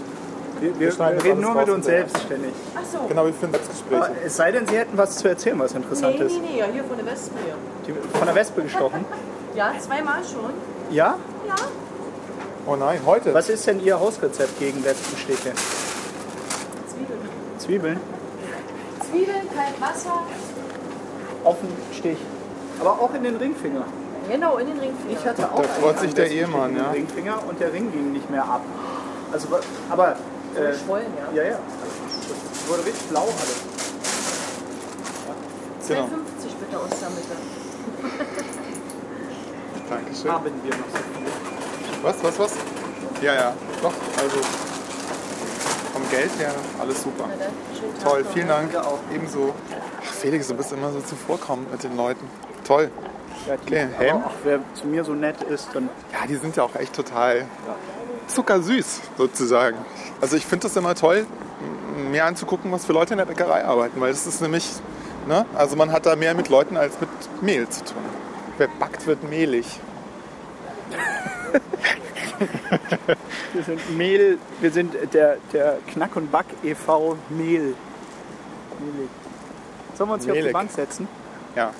Wir,
schneiden
Wir reden
alles
nur
raus
mit uns
hinterher.
selbst ständig.
Ach so.
Genau, wir führen Selbstgespräche.
Aber es sei denn, Sie hätten was zu erzählen, was interessant
Nee, nee,
ist.
nee, ja, hier von der Wespe hier.
Die, von der Wespe
Hm?
gestochen.
Ja, zweimal schon.
Ja?
Ja,
Oh nein, heute.
Was ist denn Ihr Hausrezept gegen Wespenstiche?
Zwiebeln.
Zwiebeln?
Zwiebeln, kalt Wasser,
Offen Stich. Aber auch in den Ringfinger.
genau in den Ringfinger.
Ich hatte auch
Da
einen
freut sich
am
der
besten
Ehemann,
stehenden
ja.
Ringfinger und der Ring ging nicht mehr ab. Also, wa- aber. Äh,
geschwollen, ja.
ja, ja. Es Wurde richtig blau alles.
genau. 2,50 bitte aus der Mitte.
Dankeschön.
Haben wir noch so viel.
Ah. Was, was, was? Ja, ja. Doch, also vom Geld her alles super.
Na dann, schönen Tag
Toll,
noch,
vielen
ne?
Dank. Ebenso. Ach, Felix, du bist immer so zuvorkommend mit den Leuten. Toll.
Ja, die,
Okay, Helm.
aber auch wer zu mir so nett ist, dann.
Ja, die sind ja auch echt total zuckersüß sozusagen. Also ich finde das immer toll, m- mir anzugucken, was für Leute in der Bäckerei arbeiten, weil das ist nämlich, ne, also man hat da mehr mit Leuten als mit Mehl zu tun. Wer backt, wird mehlig.
Wir sind Mehl, wir sind der, der Knack und Back e.V. Mehl. Mehlig. Sollen wir uns hier auf die
Mehlig.
Bank setzen?
Ja.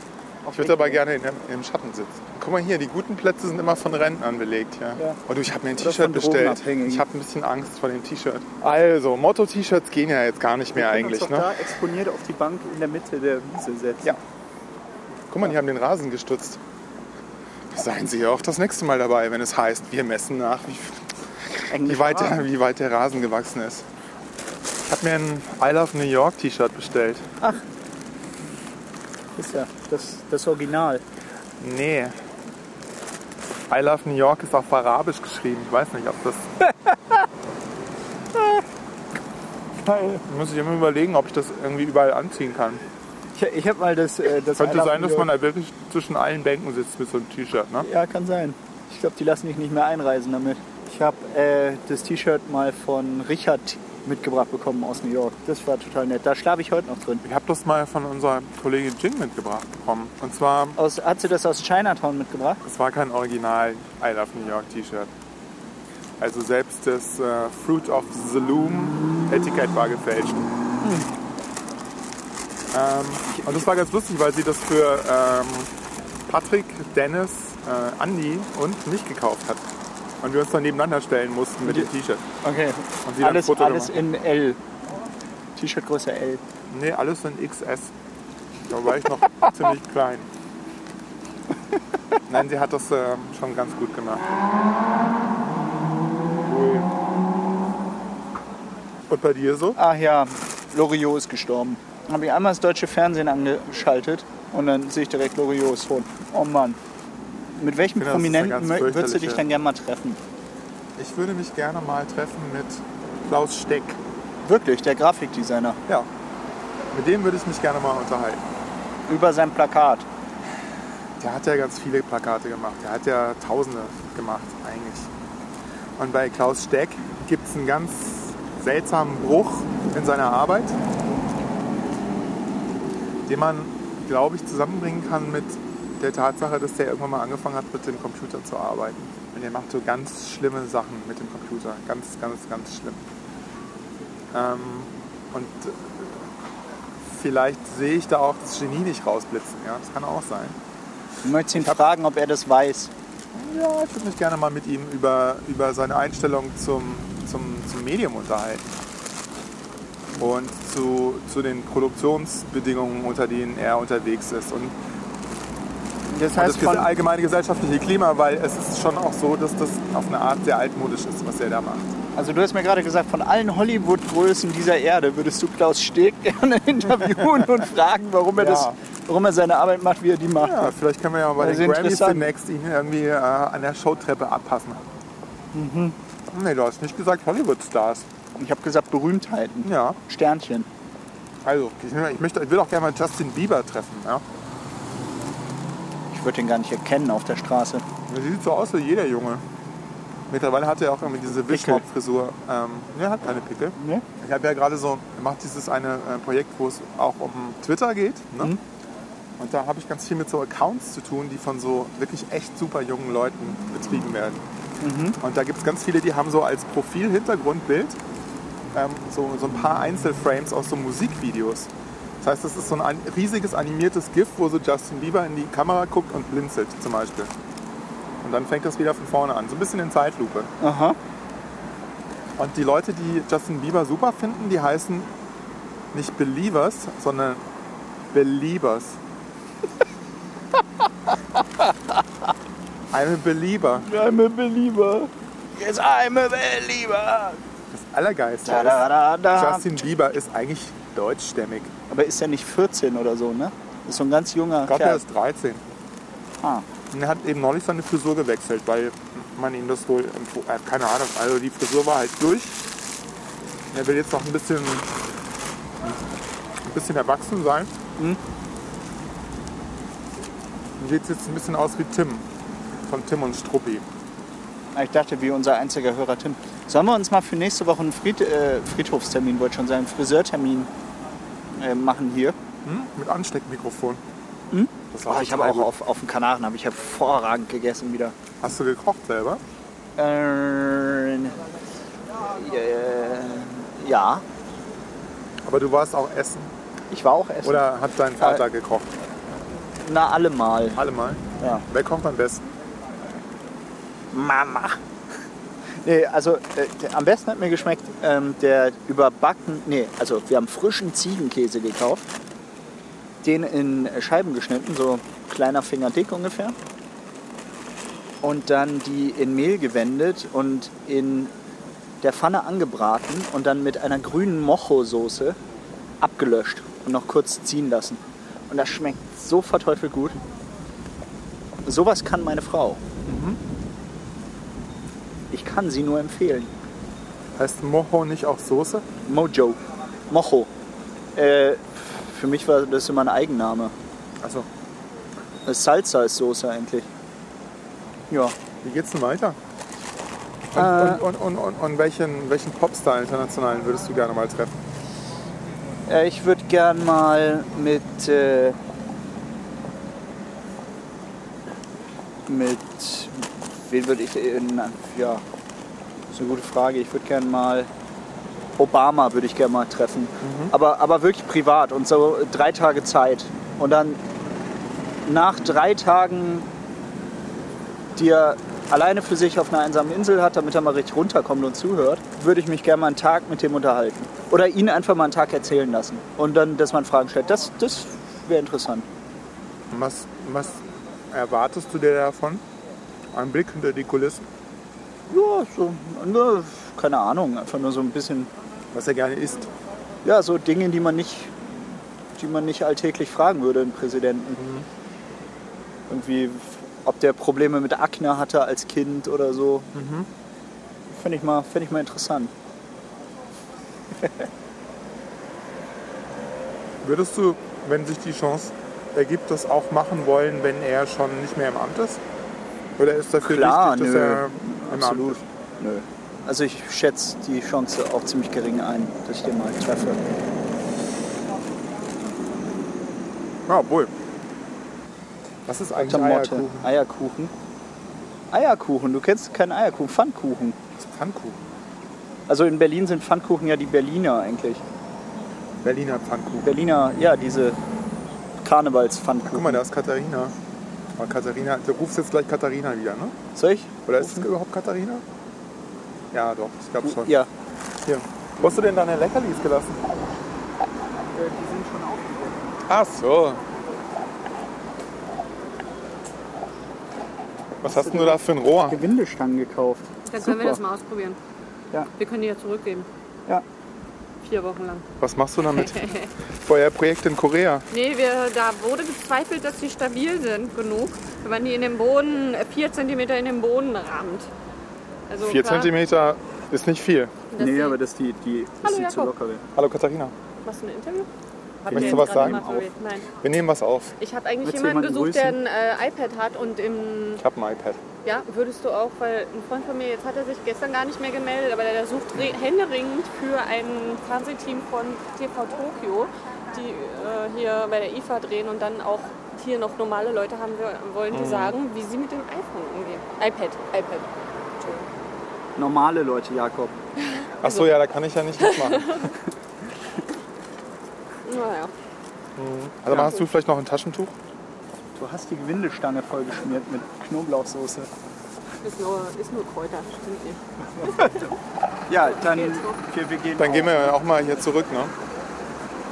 Ich würde aber gerne in, der- im Schatten sitzen. Guck mal hier, die guten Plätze sind immer von Rentnern belegt. Ja.
Ja.
Oh du, ich habe mir ein
Oder
T-Shirt
von
bestellt.
Drogenabhängigen.
Ich habe ein bisschen Angst vor dem T-Shirt. Also, Motto-T-Shirts gehen ja jetzt gar nicht
Wir
mehr
können uns
eigentlich.
doch
Ne?
da exponiert auf die Bank in der Mitte der Wiese setzen.
Ja. Guck mal, die haben den Rasen gestutzt. Seien Sie auch das nächste Mal dabei, wenn es heißt, wir messen nach, wie,
Englisch
wie, weit, der, wie weit der Rasen gewachsen ist. Ich habe mir ein I Love New York T-Shirt bestellt.
ist ja das, das Original.
Nee. I Love New York ist auf Arabisch geschrieben. Ich weiß nicht, ob das. Geil. Muss ich immer überlegen, ob ich das irgendwie überall anziehen kann.
Ich, ich habe mal das. Äh, das
Könnte sein,
Weihnachten
dass man da wirklich zwischen allen Bänken sitzt mit so einem T-Shirt, ne?
Ja, kann sein. Ich glaube, die lassen dich nicht mehr einreisen damit. Ich habe äh, das T-Shirt mal von Richard mitgebracht bekommen aus New York. Das war total nett. Da schlafe ich heute noch drin.
Ich habe das mal von unserer Kollegin Jing mitgebracht bekommen. Und zwar,
Aus, hat sie das aus Chinatown mitgebracht?
es war kein Original I Love New York T-Shirt. Also selbst das äh, Fruit of the Loom Etikett war gefälscht. Ähm, und das war ganz lustig, weil sie das für ähm, Patrick, Dennis, äh, Andy und mich gekauft hat. Und wir uns dann nebeneinander stellen mussten mit dem T-Shirt.
Okay.
Und sie dann
Alles,
Foto
alles
gemacht.
in L. T-Shirt Größe L.
Nee, alles in XS. Da war ich noch ziemlich klein. Nein, sie hat das ähm, schon ganz gut gemacht. Cool. Und bei dir so?
Ach Ah, ja, Loriot ist gestorben. Habe ich einmal das deutsche Fernsehen angeschaltet und dann sehe ich direkt Loriot ist tot. Oh Mann. Mit welchem
Ich finde, das ist eine
Prominenten
ganz
mö- würdest du dich
fürchterliche-
dann gerne mal treffen?
Ich würde mich gerne mal treffen mit Klaus Steck.
Wirklich, der Grafikdesigner.
Ja. Mit dem würde ich mich gerne mal unterhalten.
Über sein Plakat.
Der hat ja ganz viele Plakate gemacht. Der hat ja Tausende gemacht eigentlich. Und bei Klaus Steck gibt es einen ganz seltsamen Bruch in seiner Arbeit, den man, glaube ich, zusammenbringen kann mit der Tatsache, dass der irgendwann mal angefangen hat, mit dem Computer zu arbeiten. Und der macht so ganz schlimme Sachen mit dem Computer. Ganz, ganz, ganz schlimm. Ähm, und äh, vielleicht sehe ich da auch das Genie nicht rausblitzen. Ja? Das kann auch sein.
Du möchtest ihn fragen, ob er das weiß.
Ja, ich würde mich gerne mal mit ihm über, über seine Einstellung zum, zum, zum Medium unterhalten. Und zu, zu den Produktionsbedingungen, unter denen er unterwegs ist. Und
Das
das
heißt,
ges-
von,
allgemeine gesellschaftliche Klima, weil es ist schon auch so, dass das auf eine Art sehr altmodisch ist, was er da macht.
also du hast mir gerade gesagt, von allen Hollywood-Größen dieser Erde würdest du Klaus Steg gerne interviewen und fragen, warum er,
Ja.
das, warum er seine Arbeit macht, wie er die macht.
Ja, vielleicht können wir Ah. ja bei
Das
den
ist
Grammys
interessant.
demnächst ihn irgendwie äh, an der Showtreppe abpassen. Mhm. Nee, du hast nicht gesagt Hollywood-Stars.
Ich habe gesagt, Berühmtheiten.
Ja.
Sternchen.
Also, ich, möchte, ich will auch gerne mal Justin Bieber treffen. Ja?
Ich würde den gar nicht erkennen auf der Straße.
Er sieht so aus wie jeder Junge. Mittlerweile hat er auch irgendwie diese Wischmob-Frisur. Ähm, er hat keine Pickel.
Nee?
Ich habe ja gerade so, er macht dieses eine äh, Projekt, wo es auch um Twitter geht. Ne? Und da habe ich ganz viel mit so Accounts zu tun, die von so wirklich echt super jungen Leuten betrieben werden. Und da gibt es ganz viele, die haben so als Profil-Hintergrundbild ähm, so, so ein paar Einzelframes aus so Musikvideos. Das heißt, das ist so ein an- riesiges animiertes GIF, wo so Justin Bieber in die Kamera guckt und blinzelt zum Beispiel. Und dann fängt das wieder von vorne an. So ein bisschen in Zeitlupe.
Aha.
Und die Leute, die Justin Bieber super finden, die heißen nicht Believers, sondern Beliebers. I'm a Belieber.
I'm a believer. Yes, I'm a believer.
Das Allergeilste
Da, da,
ist,
da, da.
Justin Bieber ist eigentlich deutschstämmig.
Aber ist er nicht 14 oder so, ne? Ist so ein ganz junger
Ich glaube, er
Kerl.
ist 13.
Ah.
Und er hat eben neulich seine Frisur gewechselt, weil man ihm das wohl empfohlen hat. Keine Ahnung, also die Frisur war halt durch. Er will jetzt noch ein bisschen, ein bisschen erwachsen sein.
Hm.
Und sieht jetzt ein bisschen aus wie Tim. Von Tim und Struppi.
Ich dachte, wie unser einziger Hörer Tim. Sollen wir uns mal für nächste Woche einen Fried, äh, Friedhofstermin, wollte schon sagen, Friseurtermin äh, machen hier?
Hm? Mit Ansteckmikrofon. Das
Oh, ich habe
total
auch
gut.
auf, auf den Kanaren habe ich hervorragend gegessen wieder.
Hast du gekocht selber?
Äh, äh, ja,
Aber du warst auch essen.
ich war auch essen.
Oder hat
Äh,
dein Vater gekocht?
Na, allemal.
Allemal?
Ja.
Wer kocht am besten?
Mama. Nee, also äh, der, am besten hat mir geschmeckt ähm, der überbacken, nee, also wir haben frischen Ziegenkäse gekauft, den in äh, Scheiben geschnitten, so kleiner Finger dick ungefähr. Und dann die in Mehl gewendet und in der Pfanne angebraten und dann mit einer grünen Mocho-Soße abgelöscht und noch kurz ziehen lassen. Und das schmeckt so verteufelt gut. Sowas kann meine Frau. Ich kann sie nur empfehlen.
Heißt Mojo nicht auch Soße?
Mojo. Mojo. Äh, Für mich war das immer ein Eigenname.
Achso,
Das Salsa ist Soße eigentlich. Ja.
wie geht's denn weiter? Und, und, und, und, und, und welchen, welchen Popstar internationalen würdest du gerne mal treffen?
Äh, ich würde gern mal mit. Äh, mit. Wen würde ich. Äh, na, ja. Ist eine gute Frage. Ich würde gern mal. Obama würde ich gern mal treffen. Aber, aber wirklich privat und so drei Tage Zeit. Und dann nach drei Tagen, die er alleine für sich auf einer einsamen Insel hat, damit er mal richtig runterkommt und zuhört, würde ich mich gerne mal einen Tag mit dem unterhalten. Oder ihn einfach mal einen Tag erzählen lassen. Und dann, dass man Fragen stellt. Das, das wäre interessant.
Was, was erwartest du dir davon? Ein Blick hinter die Kulissen,
Ja, so, ne, keine Ahnung. Einfach nur so ein bisschen,
was er gerne isst.
ja, so Dinge, die man nicht, die man nicht alltäglich fragen würde, einen Präsidenten. Irgendwie, ob der Probleme mit Akne hatte als Kind oder so. Fände ich, mal- fänd ich mal interessant.
Würdest du, wenn sich die Chance ergibt, das auch machen wollen, wenn er schon nicht mehr im Amt ist? Oder ist dafür
Klar,
wichtig, dass
nö,
er im Amt
Absolut.
ist?
Nö. Also ich schätze die Chance auch ziemlich gering ein, dass ich den mal treffe.
Ja, wohl. Was ist eigentlich
Tamotte,
Eierkuchen?
Eierkuchen. Eierkuchen, du kennst keinen Eierkuchen, Pfannkuchen.
Das ist Pfannkuchen.
Also in Berlin sind Pfannkuchen ja die Berliner eigentlich.
Berliner Pfannkuchen.
Berliner, ja, diese
Guck
Karnevalspfannkuchen.
mal, da ist Katharina. Aber Katharina, du rufst jetzt gleich Katharina wieder, ne?
Soll ich?
Oder ist es überhaupt Katharina? Ja, doch, ich glaube schon.
Ja.
Hier. Wo hast du denn deine Leckerlis gelassen? Äh, die sind schon aufgegessen. Ach so. Was hast denn du Genau. da für ein Rohr?
Gewindestangen gekauft.
Dann können wir
Super.
das mal ausprobieren.
Ja.
Wir können die ja zurückgeben.
Ja.
Vier Wochen lang.
Was machst du damit? Vorher Projekt in Korea.
Nee, wir, da wurde gezweifelt, dass die stabil sind genug, wenn man die in den Boden, äh, vier Zentimeter in den Boden rammt. Also
Vier
klar,
Zentimeter ist nicht viel.
dass die-
das ist die, die,
Hallo, die zu Jakob.
lockere.
Hallo Katharina,
Machst du ein Interview? Habt
Möchtest
ihr
du was
gerade
sagen?
gemacht, Fabi? Nein.
wir nehmen was auf.
Ich habe eigentlich
Willst du
jemanden
jemanden
gesucht, der ein äh, iPad hat und im,
Ich habe ein iPad.
ja, würdest du auch, weil ein Freund von mir, jetzt hat er sich gestern gar nicht mehr gemeldet, aber der sucht re- händeringend für ein Fernsehteam von TV Tokio, die äh, hier bei der IFA drehen und dann auch hier noch normale Leute haben wir, wollen, die sagen, wie sie mit dem iPhone umgehen. iPad, Mhm. iPad.
Normale Leute, Jakob.
Achso, ja, da kann ich ja nicht mitmachen.
Naja.
Also hast du vielleicht noch ein Taschentuch?
Du hast die Gewindestange vollgeschmiert mit Knoblauchsoße.
Ist nur, ist nur Kräuter, stimmt nicht.
Ja, dann wir, wir gehen
Dann gehen wir auch mal hier zurück, ne?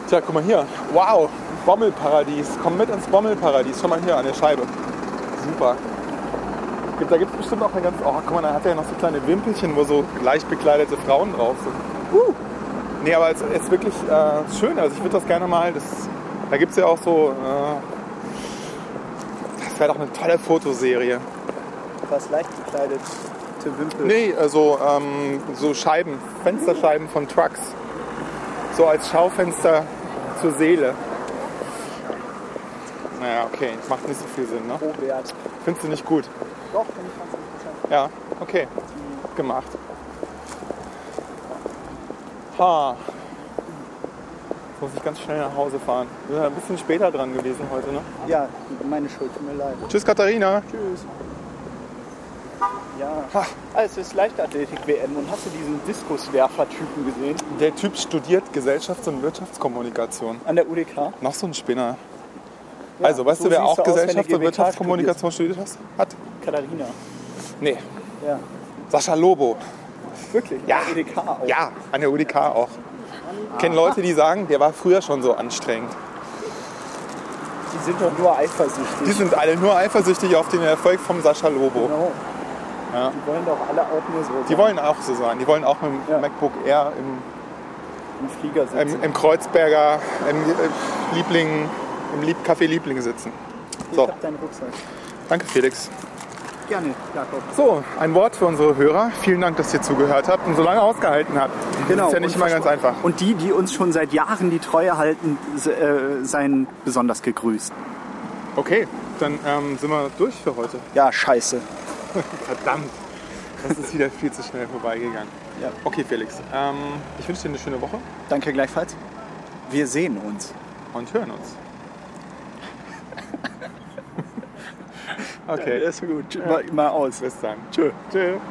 Tja, guck mal hier. Wow, Bommelparadies. Komm mit ins Bommelparadies. Schau mal hier an der Scheibe. Super. Gibt- Da gibt es bestimmt auch eine ganz... Oh, guck mal, da hat er ja noch so kleine Wimpelchen, wo so leicht bekleidete Frauen drauf sind. Uh. Nee, aber es ist wirklich äh, schön. Also ich würde das gerne mal... Das, da gibt es ja auch so... Äh, das wäre doch eine tolle Fotoserie.
was leicht gekleidete Wimpel.
Nee, also ähm, so Scheiben, Fensterscheiben von Trucks. So als Schaufenster zur Seele. Naja, okay, das macht nicht so viel Sinn, ne?
Robert.
Findest du nicht gut?
Doch, finde ich ganz interessant.
Ja, okay. Gemacht. Ha. Jetzt muss ich ganz schnell nach Hause fahren. Wir sind ein bisschen später dran gewesen heute, ne?
Ja, meine Schuld, tut mir leid.
Tschüss, Katharina.
Tschüss. Ja. Ah, es ist Leichtathletik-WM und hast du diesen Diskuswerfer-Typen gesehen?
Der Typ studiert Gesellschafts- und Wirtschaftskommunikation.
An der UDK?
Noch so ein Spinner. also, weißt
so
du, wer
siehst
auch
du aus, wenn du
Gesellschafts- und
GWK
Wirtschaftskommunikation studiert hast? hat?
Katharina.
Nee,
Ja.
Sascha Lobo.
Wirklich? An
Ja.
der UDK auch.
Ja, an der UDK auch. Kennen Leute, die sagen, der war früher schon so anstrengend.
Die sind doch nur
Die
eifersüchtig.
sind alle nur eifersüchtig auf den Erfolg vom Sascha Lobo.
Genau.
Ja.
Die wollen doch alle auch nur so.
Die wollen auch so sein. Die wollen auch mit dem
Ja.
MacBook Air im,
im Flieger sitzen.
im, im Kreuzberger, im äh, Liebling, im Lieb Café Liebling sitzen. So,
Ich hab deinen Rucksack.
danke Felix.
Gerne, Jakob.
So, ein Wort für unsere Hörer. Vielen Dank, dass ihr zugehört habt und so lange ausgehalten habt. Das ist ja nicht
Genau, und
immer ganz
verspro-
einfach.
Und die, die uns schon seit Jahren die Treue halten, se- äh, seien besonders gegrüßt.
Okay, dann ähm, sind wir durch für heute.
Ja, scheiße.
Verdammt, das ist wieder viel zu schnell vorbeigegangen.
Ja.
Okay, Felix, ähm, ich wünsche dir eine schöne Woche
Danke gleichfalls. Wir sehen uns.
und hören uns. Okay,
ist gut. Mal, mal aus.
bis dann.
Tschö.
Tschüss.